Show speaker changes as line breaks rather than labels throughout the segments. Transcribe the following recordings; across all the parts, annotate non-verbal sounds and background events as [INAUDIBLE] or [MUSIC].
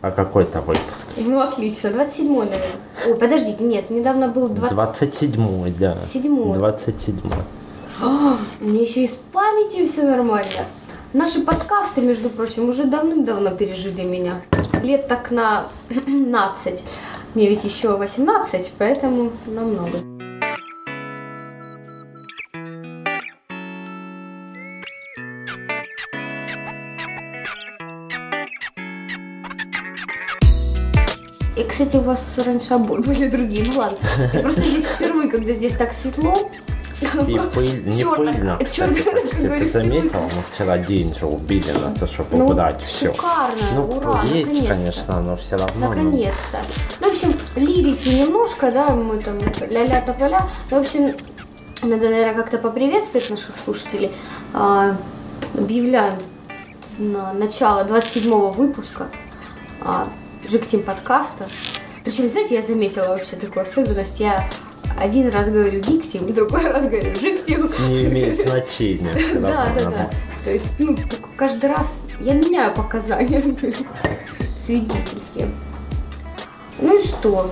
А какой там выпуск?
Ну, отлично. 27 наверное. Ой, подождите, нет, недавно был 20...
27 да.
Седьмой.
27
А, у меня еще и с памятью все нормально. Наши подкасты, между прочим, уже давным-давно пережили меня. Лет так на [CLEARS THROAT] 15. Мне ведь еще 18, поэтому намного. И, кстати, у вас раньше обои были другие, ну ладно. Я просто здесь впервые, когда здесь так светло.
И пыль, не
Чёрно.
пыльно,
Э,
кстати,
чёрно, как
Кстати, ты
говорится.
заметила, мы вчера день же убили на то, чтобы
Ну,
убрать все.
шикарно,
Ну,
ура,
есть,
наконец-то.
конечно, но все равно. ну,
Наконец-то. Ну, в общем, лирики немножко, да, мы там это, ля-ля тополя. Ну, в общем, надо, наверное, как-то поприветствовать наших слушателей. А, объявляем на начало 27 выпуска а, Жигтим подкаста. Причем, знаете, я заметила вообще такую особенность. Я один раз говорю гиктим, другой [LAUGHS] раз говорю жиктим.
Не имеет значения. всё
Да,
равно
да, да.
надо.
То есть, ну, так каждый раз я меняю показания свидетельские. Ну и что?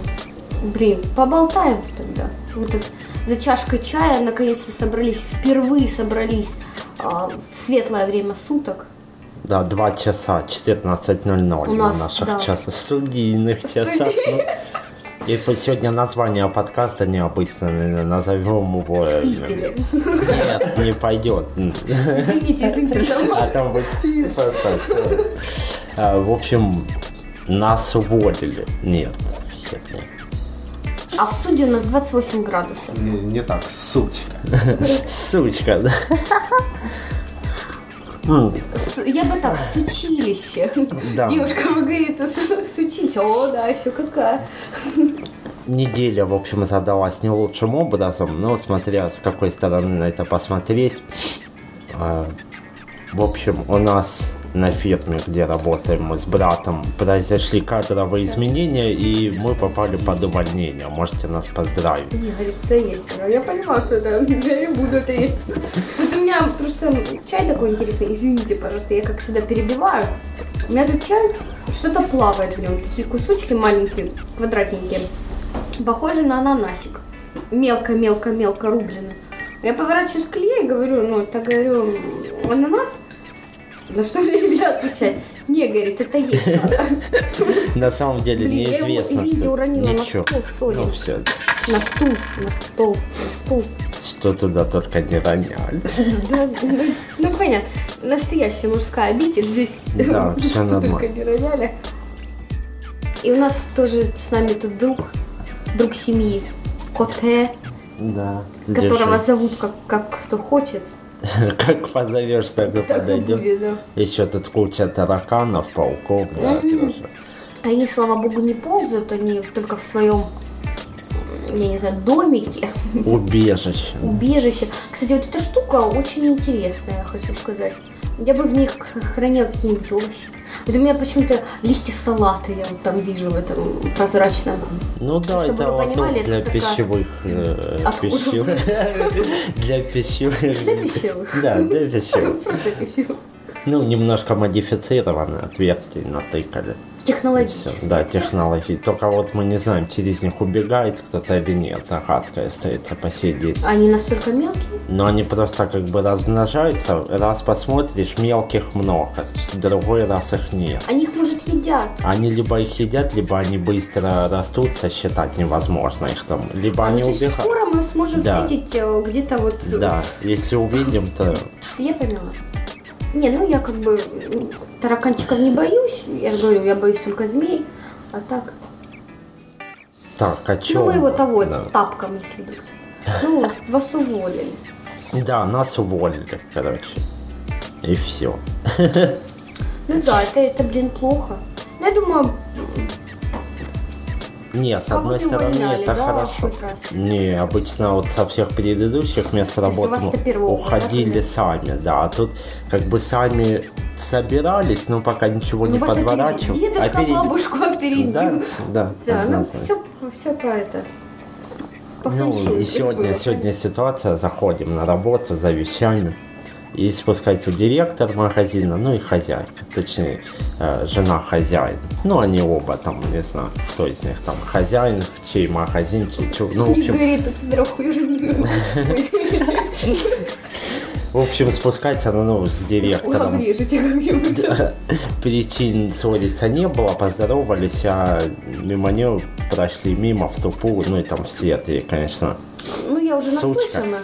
Блин, поболтаем тогда. Вот это, за чашкой чая наконец-то собрались, впервые собрались а, в светлое время суток.
Да, 2 часа, 14.00
У
на
нас,
наших
да.
часах, студийных часах. ну. И по- сегодня название подкаста необычное, назовем его... э,
Спиздили.
Нет, не пойдет.
Извините, извините,
А
замолчу.
там вот типа, то, всё. А, В общем, нас уволили. Нет, херня.
А в студии у нас 28 градусов.
Не, Ну, не так, сучка.
[LAUGHS] Сучка, да. М,
С- Я бы так, сучилище.
Да.
Девушка вы говорите, сучилище. О, да, еще какая.
Неделя, в общем, задалась не лучшим образом, но смотря с какой стороны на это посмотреть. А, В общем, у нас на фирме, где работаем мы с братом, произошли кадровые изменения, и мы попали под увольнение. можете нас поздравить.
Не, говорит, да есть. она. Я понимаю, что это [LAUGHS] я не буду это есть. Тут у меня просто чай такой интересный. Извините, пожалуйста, я как всегда перебиваю. У меня тут чай, что-то плавает в нем. Такие кусочки маленькие, квадратненькие. Похожи на ананасик. Мелко-мелко-мелко рубленый. Я поворачиваюсь к Илье и говорю, ну, так говорю, м, ананас. На что мне Илья отвечает? Не, говорит,
[LAUGHS]
это есть. надо».
На самом деле
Блин, я его,
неизвестно.
извините,
что-
уронила на
Ничего.
стол, сори.
Ну все,
На стул, на стол, на стул.
что туда только не роняли.
Да, ну, ну понятно. Настоящая мужская обитель здесь. [LAUGHS]
Да, всё
что
нормально.
Только не роняли. И у нас тоже с нами тут друг, друг семьи, Коте,
Да.
которого зовут как, как кто хочет.
[LAUGHS] Как позовешь, так и
Так и
подойдет.
будет, да.
Еще тут куча тараканов, пауков, да,
Мгм.
тоже.
Они, слава богу, не ползают, они только в своем, я не знаю, домике,
Убежище.
убежище. Кстати, вот эта штука очень интересная, я хочу сказать. Я бы в них х- хранила какие-нибудь овощи. Вот у меня почему-то листья салата я вот там вижу в этом прозрачном.
Ну да,
Чтобы
это
вы
вот
понимали, это
для
такая-
пищевых... э,
Откуда?
пищевых- [LAUGHS] Для пищевых...
Для пищевых.
Да, для пищевых.
Просто пищу.
Ну, немножко модифицированы, отверстий натыкали. И всё.
Технологически.
Да, технологии. Только вот мы не знаем, через них убегает кто-то или нет. Загадка остается по сей день.
Они настолько мелкие.
Но они просто как бы размножаются. Раз посмотришь, мелких много, с другой раз их нет.
Они их, может, едят.
Они либо их едят, либо они быстро растут, сосчитать невозможно их там. Либо они
Ну, то есть
убегают.
Скоро мы сможем
Да.
встретить э, где-то вот...
Да, если увидим, то
Я поняла. Не, ну я как бы м, тараканчиков не боюсь. Я же говорю, я боюсь только змей. А так...
так, о чем?
Ну, мы его того,
Да.
тапком, если быть. Ну, вас уволили.
Да, нас уволили, короче. И все.
Ну да, это, это блин, плохо. Ну, я думаю, м,
Не, с
Кого-то
одной стороны,
А увольняли,
это
да,
хорошо.
хоть раз?
Не, обычно вот со всех предыдущих мест
есть у
работы
вас до первого
уходили
было,
сами, да. А тут как бы сами собирались, но пока ничего
ну,
не
вас опередил.
подворачивали.
Дедушка
Опередили.
бабушку опередил.
Да, да.
Да, ну
однозначно.
все, все по это. По
Ну,
фэншую
и сегодня,
было.
сегодня ситуация, заходим на работу за вещами. И спускается директор магазина, ну и хозяйка, точнее, э, жена хозяина. Ну, они оба там, не знаю, кто из них там хозяин, чей магазин, чей чё. Ну, в
Не
общем,
говори, тут дорогу
в общем, спускается она, ну, с
[LAUGHS]
директором.
Обрежете как-нибудь.
[LAUGHS] причин ссориться не было, поздоровались, а мимо нее прошли мимо в тупую, ну и там вслед ей, конечно.
Ну, я уже
Сучка.
наслышана.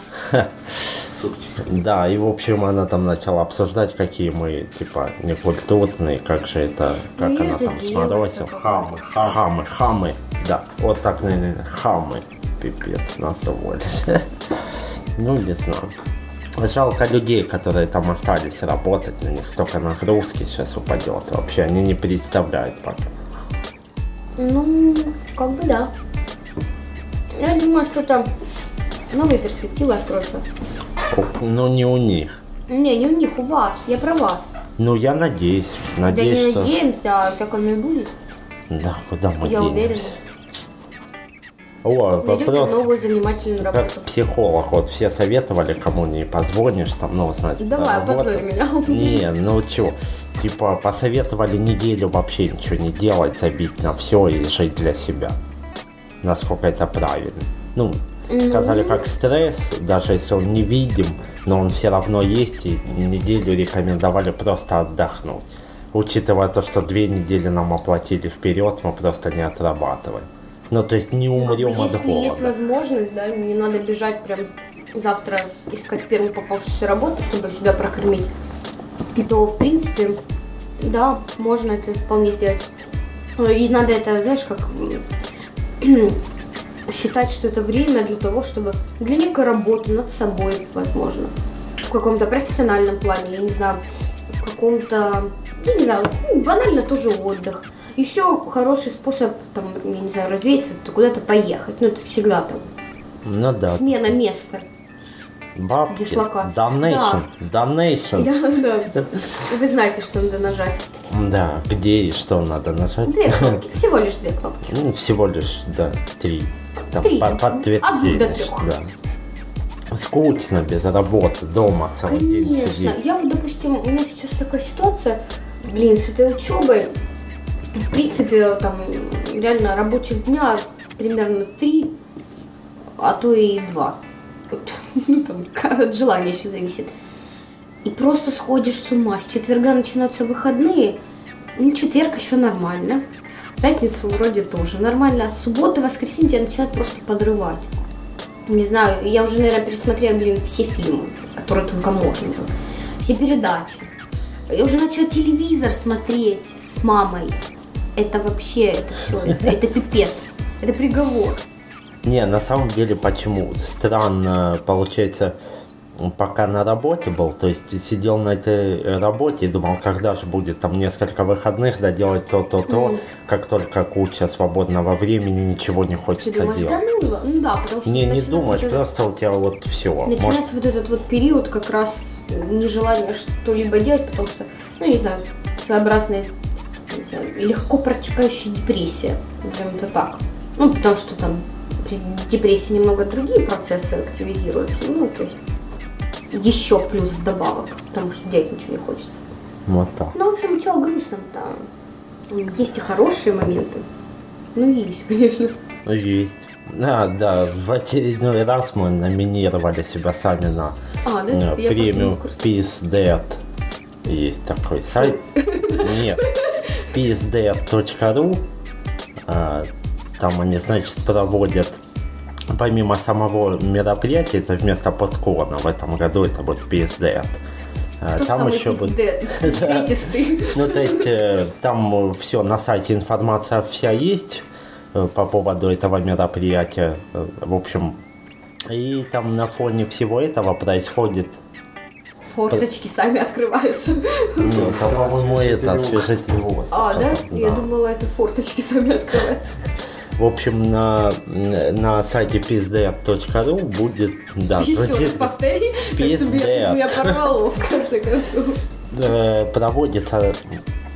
Сучка.
Да, и в общем она там начала обсуждать, какие мы, типа, некультурные, как же это, как
Ну, её
она там
задело
сморозила.
это.
Хамы, хамы, хамы, да, вот так, наверное, хамы. Пипец, нас уволили. [LAUGHS] Ну, не знаю. Жалко людей, которые там остались работать, на них столько нагрузки сейчас упадет. Вообще, они не представляют пока.
Ну, как бы да. Я думаю, что там новые перспективы откроются.
Ну, не у них.
Не, не у них, у вас. Я про вас.
Ну, я надеюсь.
Да не
Надеюсь, что...
надеемся, а так оно и будет.
Да, куда мы
Я уверена.
денемся? О,
Найдете
вопрос.
новую занимательную
Как
работу.
психолог, вот все советовали, кому не позвонишь, там, ну, значит, на
Давай,
работу.
опозорь меня.
Не, ну чё, типа, посоветовали неделю вообще ничего не делать, забить на все и жить для себя. Насколько это правильно. Ну, сказали, как стресс, даже если он невидим, но он все равно есть, и неделю рекомендовали просто отдохнуть. Учитывая то, что две недели нам оплатили вперед, мы просто не отрабатываем. Ну, то есть не
Как бы,
умрем от
Если есть
голода.
возможность, да, не надо бежать прям завтра искать первую попавшуюся работу, чтобы себя прокормить, то, в принципе, да, можно это вполне сделать. Э, И надо это, знаешь, как м, [CLEARS THROAT] считать, что это время для того, чтобы для некой работы над собой, возможно, в каком-то профессиональном плане, я не знаю, в каком-то, я не знаю, ну, банально тоже отдых. Еще хороший способ, там, я не знаю, развеяться, это куда-то поехать. Ну, это всегда там
Ну да,
смена места.
бабки,
дислокация.
донейшн, донейшн.
Да, да. Вы знаете, что надо нажать.
Да, где и что надо нажать?
Две кнопки, всего лишь две кнопки.
Ну, всего лишь, да, три. Там
Три.
по, по две
От
ты
двух до
делишь,
трех.
да. Скучно без работы, дома целый день
Конечно.
сидеть.
Я вот, допустим, у меня сейчас такая ситуация, блин, с этой учебой, в принципе, там, реально рабочих дня примерно три, а то и два. Вот, [LAUGHS] Ну, там, к- от желания еще зависит. И просто сходишь с ума. С четверга начинаются выходные. Ну, четверг еще нормально. Пятницу вроде тоже нормально. А суббота, воскресенье тебя начинают просто подрывать. Не знаю, я уже, наверное, пересмотрела, блин, все фильмы, которые только можно. было. Все передачи. Я уже начала телевизор смотреть с мамой. Это вообще, это
[LAUGHS]
все, это, это пипец. Это приговор.
Не, на самом деле, почему? Странно, получается, пока на работе был, то есть сидел на этой э, работе и думал, когда же будет там несколько выходных доделать то-то-то,
Ну,
как только куча свободного времени, ничего не
Ты
хочется
думаешь, да
делать.
ну, его?» ну да, потому что...
Не, не
начинается
думаешь,
вот этот-
просто у тебя вот все.
Начинается вот этот вот период как раз нежелания что-либо делать, потому что, ну, не знаю, своеобразная, не знаю, легко протекающая депрессия, назовем это так. Ну, потому что там при депрессии немного другие процессы активизируются, ну, то есть еще плюс вдобавок, потому что делать ничего не хочется.
Вот так.
Ну, в общем, чего грустно там. Есть и хорошие моменты. Ну, и есть, [LAUGHS] конечно.
Ну, Есть. А, да, в очередной раз мы номинировали себя сами на
А, да,
э,
я просто не в
премию
курсе.
PeaceDead. Есть такой сайт. Нет, peacedead.ru. А, Там они, значит, проводят помимо самого мероприятия, это вместо подкона в этом году это будет PeaceDead. А,
Тот
Там
самый
еще будет
пизде-
[LAUGHS]
[LAUGHS] пиздетистый.
ну, то есть, э, там все, на сайте информация вся есть э, по поводу этого мероприятия. Э, В общем, и там на фоне всего этого происходит...
Форточки
[LAUGHS]
сами открываются.
Ну, там, по-моему, это освежитель
освежитель
воздуха.
А, да? Я
Да.
думала, это форточки сами открываются.
В общем, на, на сайте psdf.ru будет... Да,
Еще раз
будет-
повтори. [LAUGHS] как-то
пиздец.
Меня меня порвало в конце концов.
э, проводится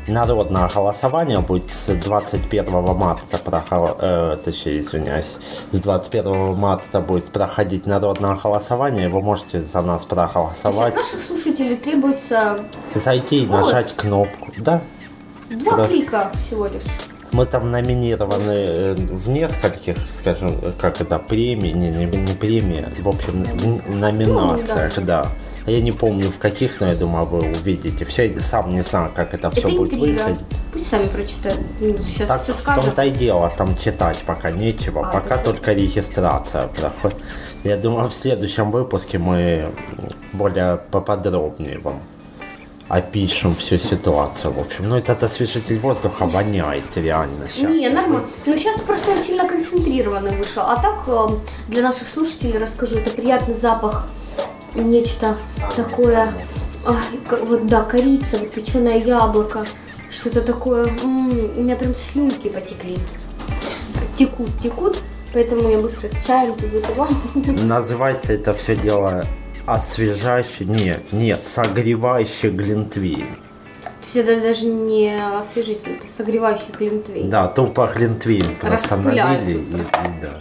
народное голосование будет с 21 марта, прохо- э, точнее, извиняюсь, с 21 марта будет проходить народное голосование, и вы можете за нас
То есть от
проголосовать,
наших слушателей требуется
зайти и
Вот.
нажать кнопку. Да,
два
Раз.
клика всего лишь.
мы там номинированы э, в нескольких, скажем, э, как это, премии, не, не, не премии, в общем, н- номинациях, Ну, да. Я не помню в каких, но я думаю, вы увидите. Все, я сам не знаю, как это все
Это
будет
интрига.
выглядеть.
Пусть сами прочитают. Ну, сейчас
Так
все
в том-то
скажут.
и дело, там читать пока нечего,
А,
пока
да.
только регистрация проходит. Я думаю, в следующем выпуске мы более поподробнее вам опишем всю ситуацию, в общем. Ну, этот освежитель воздуха воняет реально сейчас.
Не, нормально. Ну, сейчас просто он сильно концентрированный вышел. А так, э, для наших слушателей расскажу, это приятный запах, нечто такое, ай, ко- вот, да, корица, вот печеное яблоко, что-то такое. М, у меня прям слюнки потекли. Текут, текут, поэтому я быстро чаем тут выпиваю.
Называется это все дело освежающий, нет, нет, согревающий глинтвейн.
То есть это даже не освежитель, это согревающий глинтвейн.
Да, тупо глинтвейн просто
Распыляют
налили
тут
и, и да.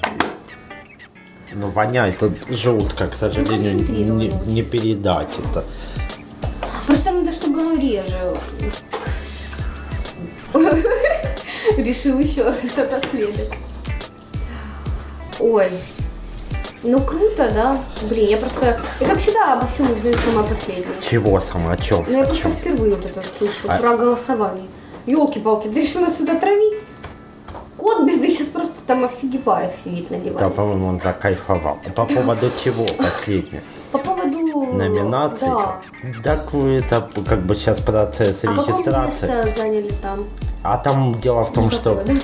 Ну, воняет тут жутко, к
Ну,
сожалению, не,
концентрированно.
не передать это.
Просто надо, чтобы оно реже. [LAUGHS] Решил еще раз напоследок. Ой. Ну круто, да? Блин, я просто... Я как всегда обо всем узнаю самое последнее.
Чего сама, о чем?
Ну я просто впервые вот это слышу
А-
про голосование. Елки-палки, ты решил нас сюда травить? Кот беды сейчас просто там офигевает сидит на
Да,
диване.
по-моему, он закайфовал. Ну, По поводу
[LAUGHS]
чего последнее?
По поводу...
Номинации?
Да.
Так вы это как бы сейчас процесс
А какое
регистрации.
место заняли там?
А там дело в том, что
Какое,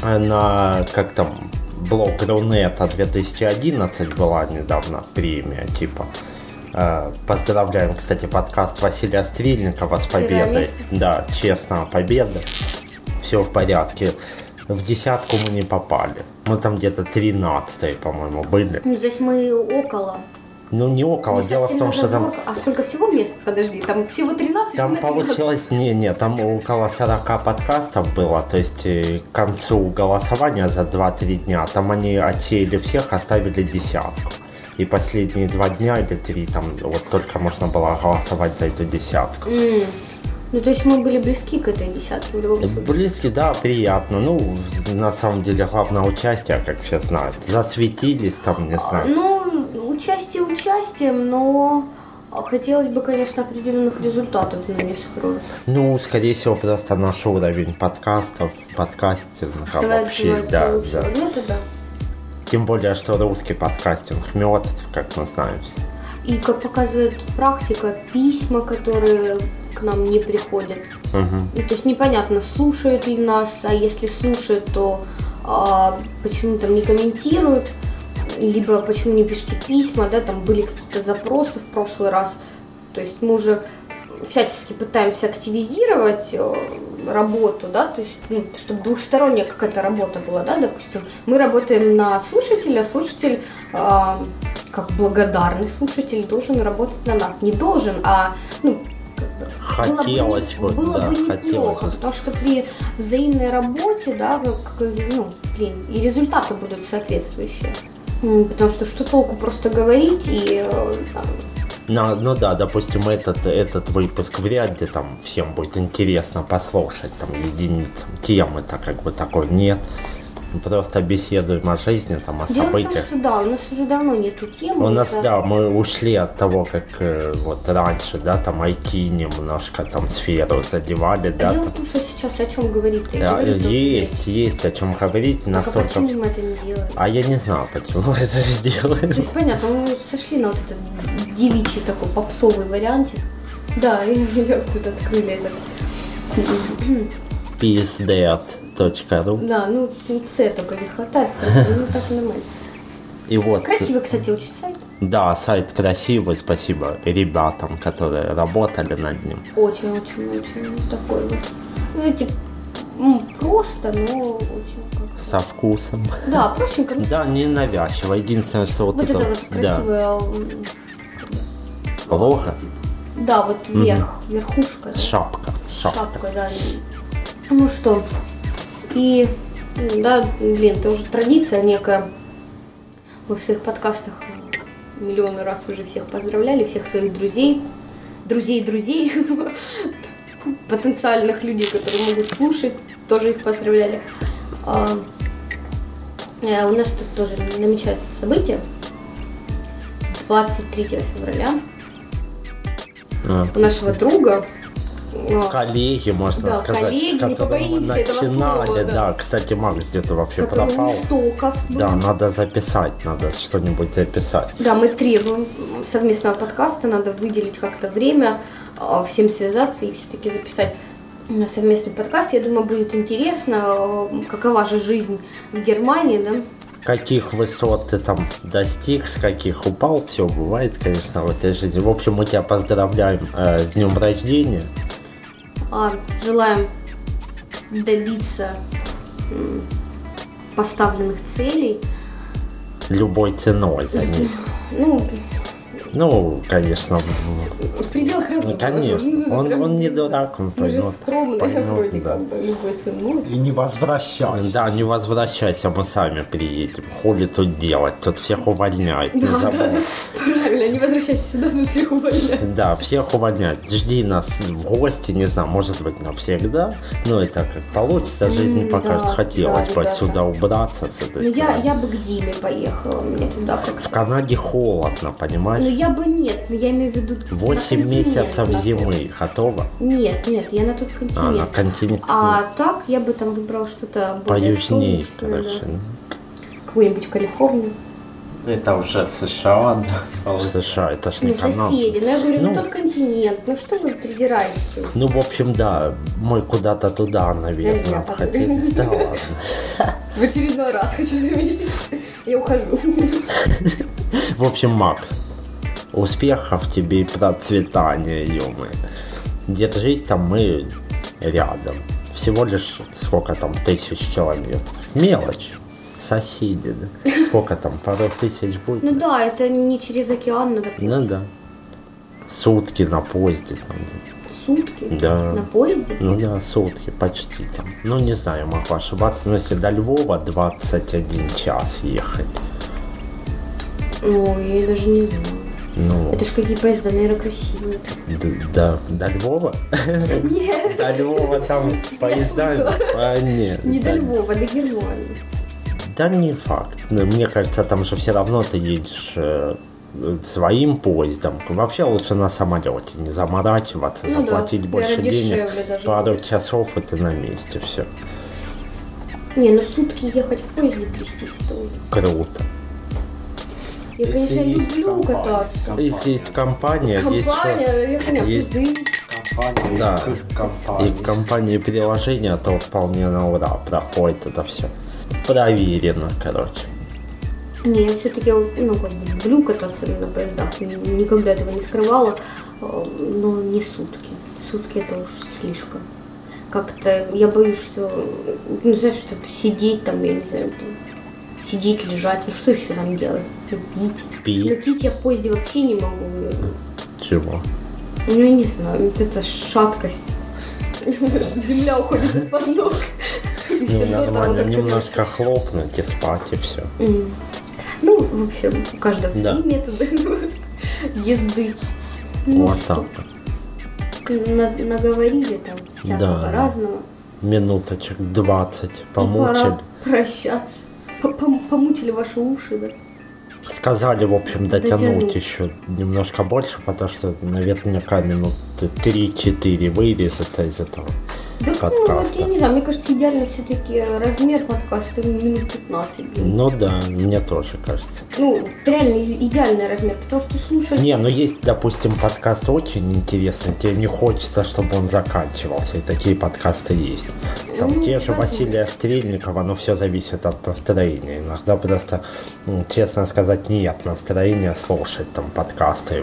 да?
э, на как там блок Рунета 2011 была недавно премия, типа. Э, Поздравляем, кстати, подкаст Василия Стрельникова с победой.
место.
Да, честная победа. Все в порядке. В десятку мы не попали. Мы там где-то 13 по-моему, были.
Ну, здесь мы около.
Ну, не около.
Не
Дело в
совсем
том,
на
что там,
заборку. А сколько всего мест? Подожди, там всего 13?
там
мы на 13.
получилось... Не-не, там около 40 подкастов было. То есть э, к концу голосования за 2-3 дня там они отсеяли всех, оставили десятку. И последние два дня или три там вот только можно было голосовать за эту десятку.
М. Ну, то есть мы были близки к этой десятке в
Э,
любом случае.
Близки, да, приятно. Ну, на самом деле, главное участие, как все знают. Засветились там, не знаю.
Ну, участие участием, но хотелось бы, конечно, определенных результатов на несколько
Ну, скорее всего, просто наш уровень подкастов, подкастинга А вообще, да, да.
метода.
Тем более, что русский подкастинг мертв, как мы знаем.
И, как показывает практика, письма, которые к нам не приходят,
Мгм.
Ну, То есть непонятно, слушают ли нас, а если слушают, то а, почему там не комментируют, либо почему не пишите письма, да, там были какие-то запросы в прошлый раз. То есть мы уже всячески пытаемся активизировать э, работу, да, то есть, ну, чтобы двухсторонняя какая-то работа была, да, допустим. Мы работаем на слушателя, слушатель, а, как благодарный слушатель, должен работать на нас. Не должен, а, ну, как бы,
Хотелось бы,
было бы, не- было
да,
бы неплохо,
хотелось бы.
потому что при взаимной работе, да, как, ну, блин, и результаты будут соответствующие. М, Потому что что толку просто говорить и э, там,
На- ну да, допустим, этот, этот выпуск вряд ли там всем будет интересно послушать, там, единицам. Темы-то как бы такой нет. Просто беседуем о жизни, там, о
дело в том,
событиях.
что да, у нас уже давно нету темы.
У нас,
это-
да, мы ушли от того, как э, вот раньше, да, там IT немножко там сферу задевали, да.
Дело
там.
в том, что сейчас о чем говорить-то и
А,
говорить тоже
есть, есть о чем говорить,
Так а
настолько...
почему мы это не делаем?
А я не знал, почему [LAUGHS] мы это
То
сделали.
есть понятно, мы сошли на вот этот девичий такой попсовый варианте. Да, [LAUGHS] и я вот тут открыли этот.
Пиздец.ру
Да, ну С только не хватает, в принципе, ну так нормально.
И вот,
Красивый, кстати, очень сайт.
да, сайт красивый, спасибо ребятам, которые работали над ним.
Очень-очень-очень такой вот. Ну, Знаете, м, просто, но очень как.
Со вкусом.
Да, простенько. ну,
Да, не навязчиво. Единственное, что вот,
Вот это вот
да,
красивая, м,
лоха,
да, вот вверх, верхушка. да.
шапка. Шапка.
Шапка, да. Ну что, и, да, блин, тоже традиция некая. Мы в своих подкастах миллионы раз уже всех поздравляли, всех своих друзей, друзей-друзей, [LAUGHS] потенциальных людей, которые могут слушать, тоже их поздравляли. А, э, У нас тут тоже намечается событие 23 февраля
А.
у нашего друга. а,
Коллеги, можно
Да,
сказать,
коллеги, не
с которого мы
побоимся этого
начинали.
слова, да.
да. кстати, Макс где-то вообще
который
пропал.
Листоков был.
Да, надо записать, надо что-нибудь записать.
Да, мы требуем совместного подкаста, надо выделить как-то время, а, всем связаться и все-таки записать м, совместный подкаст. Я думаю, будет интересно, э, какова же жизнь в Германии, да?
Каких высот ты там достиг, с каких упал, все бывает, конечно, в этой жизни. В общем, мы тебя поздравляем э, с днем рождения.
А, Желаем добиться м, поставленных целей.
Любой ценой за
[LAUGHS]
них.
Ну,
Ну, конечно, в-
в пределах
ну,
разумного. [LAUGHS]
конечно. Он, он не дурак, он
Мы же
поймет.
скромные
поймет,
вроде
да.
как бы, любой ценой.
И не возвращайся.
Да, не возвращайся, мы сами приедем. Хули тут делать? Тут всех увольняют. не
Да, да,
забывай.
да, правильно, не возвращайся сюда, тут всех увольняют.
Да, всех увольняют. Жди нас в гости, не знаю, может быть, навсегда. Ну, и так как получится, жизнь
М,
покажет.
да,
Хотелось
да,
бы
ребята.
отсюда убраться с этой
Ну, я,
стороны.
я бы к Диме поехала, мне туда как-то.
В Канаде холодно,
Ну,
понимаешь?
я бы нет, но я имею в виду... на
8
континент,
месяцев
на-
зимы. Готово?
Нет, нет, я на тот
А, на
континент.
континент.
А, так я бы там выбрала что-то более
Поюжнее,
солнечное,
короче.
да.
ну,
Какую-нибудь Калифорнию.
Это уже США, да. А
В
вот
США, это ж
Ну,
не Канада.
соседи. Ну, я говорю,
Ну.
на тот континент. Ну, что вы придираетесь?
Ну, в общем, да, мы куда-то туда,
Я
наверное,
не
хотели. Да ладно.
В очередной раз хочу заметить. Я ухожу.
В общем, Макс, успехов тебе и процветания, ё Держись там, мы рядом. Всего лишь, сколько там, тысяч километров. Мелочь. Соседи, да? Сколько там, пару тысяч будет?
Ну да, это не через океан надо
Ну да. Сутки на поезде там.
сутки.
Да.
На поезде.
Ну да, сутки почти там. Ну не знаю, могу ошибаться, но если до Львова 21 час ехать.
Ну, я даже не знаю.
Ну,
Это ж какие поезда,
[LAUGHS]
наверное, красивые.
д- да, до Львова?
Нет,
До Львова там поезда.
слышала.
А, нет.
не
да.
до Львова, до Германии.
Да не факт. Ну, Мне кажется, там же все равно ты едешь э, э, своим поездом. Вообще лучше на самолете не заморачиваться,
Ну да, э,
заплатить больше
наверное,
денег.
дешевле даже
Пару
будет.
часов и ты на месте, все.
Не, ну сутки ехать в поезде трястись это ужас.
Круто.
Я,
Если
конечно,
есть
люблю
компания.
кататься.
Компания.
Если есть компания, есть что-
Компания, я понял,
есть-
пузы.
компания,
Да.
как
и
компания.
в компании приложения, то вполне на ура проходит это все. Проверено, короче.
Не, я все-таки ну, как бы, люблю кататься на поездах. Н- Никогда этого не скрывала. Э, Но не сутки. Сутки это уж слишком. Как-то я боюсь, что э, ну знаешь, что-то сидеть там, я не знаю, там, сидеть, лежать. Ну что еще там делать? Ну, пить. Ну,
Пи.
пить я в поезде вообще не могу.
Чего?
Ну, я не знаю, вот это шаткость. Земля уходит из-под ног. Ещё
Ну,
до того,
нормально,
как ты
немножко хлопнуть и спать, и все.
М. Ну, в общем, у каждого свои
Да.
методы [LAUGHS] езды. Ну
Вот
что,
так.
на- наговорили там всякого
Да.
разного.
Минуточек 20
И
помучили.
пора прощаться. П- пом- Помучили ваши уши, да?
Сказали, в общем, дотянуть
Дотянуть.
еще немножко больше, потому что наверняка минуты 3-4 вырежется из этого.
Да, ну, вот
Подкаста.
я не знаю, мне кажется, идеально все-таки размер подкаста минут 15. блин.
Ну да, мне тоже кажется.
Ну, реально и- идеальный размер, потому что слушать...
Не, ну есть, допустим, подкаст очень интересный, тебе не хочется, чтобы он заканчивался, и такие подкасты есть. Там
Ну,
те же
возможно.
Василия Стрельникова, но все зависит от настроения. Иногда просто, ну, честно сказать, нет настроения слушать там подкасты.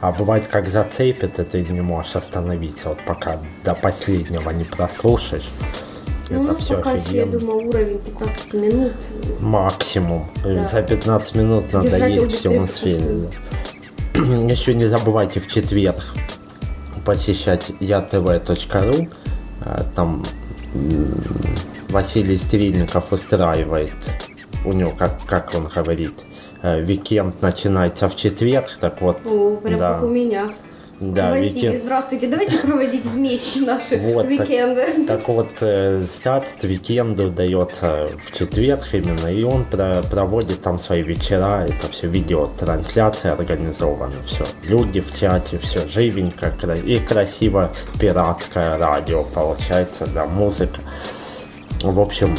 А бывает, как зацепит, и ты не можешь остановиться, вот пока до последнего не прослушаешь.
Ну, у
Это
нас
все
пока еще, я
офигенно.
думаю, уровень 15 минут.
Максимум.
Да.
За 15 минут надо
Держать
есть все на
аудиторию
[CLEARS THROAT] свете. Еще не забывайте в четверг посещать yatv.ru. Э, Там м, Василий Стрельников устраивает, у него, как, как он говорит, э, викенд начинается в четверг, так вот.
О, Ну, прям
да,
как у меня.
да,
Василий,
викенд-
здравствуйте. Давайте проводить вместе наши
Вот, так-
уикенды.
Так вот, э, старт викенду дается э, в четверг именно, и он про- проводит там свои вечера, это все видеотрансляция организовано, все. Люди в чате, все живенько кра- и красиво пиратское радио получается, да, музыка. В общем,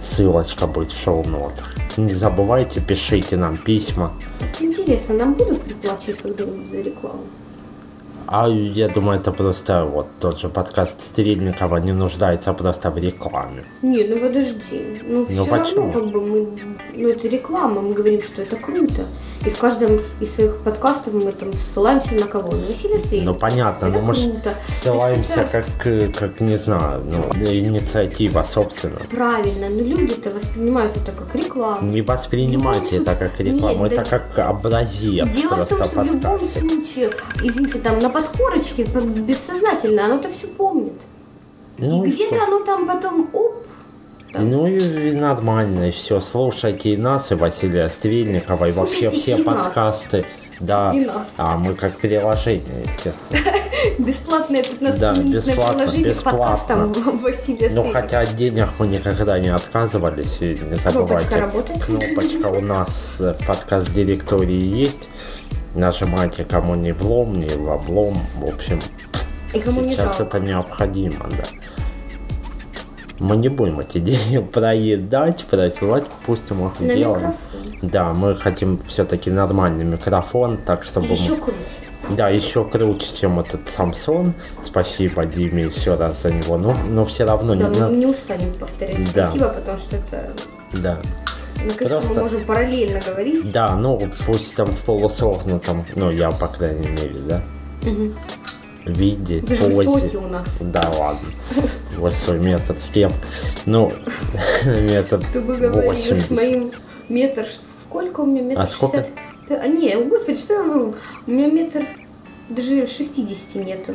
ссылочка будет в шоу-нотах. Не забывайте, пишите нам письма.
Интересно, нам будут приплачивать когда-нибудь за рекламу?
А я думаю, это просто вот тот же подкаст Стрельникова не нуждается просто в рекламе.
Не, ну подожди. Ну, все
почему?
равно, как бы мы. Ну, это реклама, мы говорим, что это круто. И в каждом из своих подкастов мы там ссылаемся на кого? На Василия Стрельникова.
Ну понятно,
Это
но мы ж
круто.
ссылаемся
То
как, э, как не знаю, ну, инициатива, собственно.
Правильно, но люди-то воспринимают это как рекламу.
Не воспринимайте
Ну,
это
слушай,
как рекламу,
нет,
это
да-
как образец
Дело в
просто
том, что в любом
подкаста.
случае, извините, там на подкорочке под- бессознательно оно-то все помнит.
Ну,
и
и
где-то
что?
оно там потом оп,
Ну и, и нормально, и все. Слушайте и нас, и Василия Стрельникова, и вообще
Слушайте
все
и нас.
подкасты. Да.
И нас.
А мы как приложение, естественно.
бесплатное 15-минутное
бесплатно,
приложение
бесплатно.
[LAUGHS] к подкастам Василия
Ну
Стрельникова.
хотя от денег мы никогда не отказывались, и не забывайте.
Кнопочка работает?
Кнопочка
[LAUGHS]
у нас э, в подкаст-директории есть. Нажимайте кому не влом, не в облом. В общем,
И кому не
сейчас
жалко.
это необходимо, да. Мы не будем эти [LAUGHS] деньги проедать, пропивать, пусть мы их
На
делаем.
микрофон.
Да, мы хотим все-таки нормальный микрофон, так чтобы... мы- Ну,
Еще круче.
Да, еще круче, чем этот Самсон. Спасибо Диме еще раз за него. Но, но все равно...
Да,
не-
мы
на-
не устанем повторять.
Да.
Спасибо, потому что это
да.
наконец
Просто-
мы можем параллельно говорить.
Да, ну пусть там в полусогнутом, ну я по крайней мере, да,
Мгм.
виде,
Вы же
позе.
высокие у нас.
Да ладно. Вот свой метод с кем? Ну, [LAUGHS] метод
Ты бы говорил
80.
с моим метр... ш- Сколько у меня метр?
А сколько?
65? А, не, о, господи, что я вру? У меня метр даже 60 нету.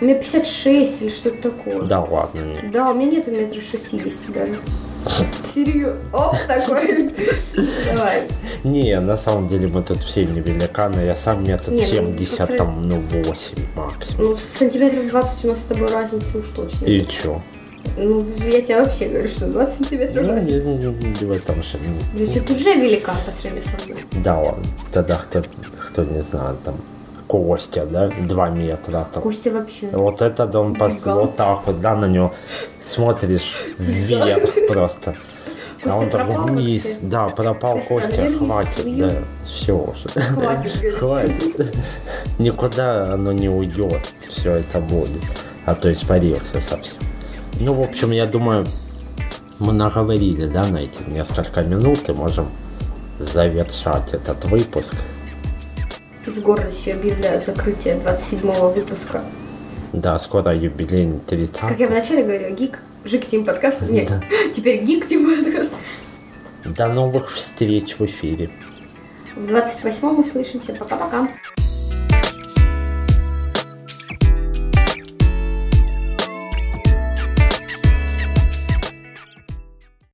У меня 56 или что-то такое.
Да ладно, не.
Да, у меня нету метра 60 даже. Серьезно? Оп, такой. Давай.
Не, на самом деле мы тут все не великаны. Я сам метод
Не, ну,
70,
по
там, ну 8 максимум.
Ну, сантиметров 20 у нас с тобой разница уж точно.
И чё?
Ну, я тебе вообще говорю, что 20 сантиметров
Ну,
разница.
не, не, не, в этом же, ну,
Значит, уже великан по сравнению со мной.
Да ладно. Тогда кто, кто не знает, там, Костя, да, 2 метра а там.
Костя вообще.
Вот это да, он пос-
Гигант.
вот так вот, да, на него смотришь вверх просто. а
Костя
он так
пропал
вниз.
вообще?
Да, пропал
Костя,
Костя,
вернись в
хватит,
свою.
да. Все уже.
Хватит, говорит.
Хватит. Никуда оно не уйдет. Все это будет. А то испарился совсем. Ну, в общем, я думаю, мы наговорили, да, на эти несколько минут и можем завершать этот выпуск.
С гордостью объявляю закрытие 27-го выпуска.
Да, скоро юбилей 30.
Как я вначале говорила, гик, жик тим подкаст. Нет,
А? Да.
теперь гик тим подкаст.
До новых встреч в эфире.
В 28-м услышимся. Пока-пока.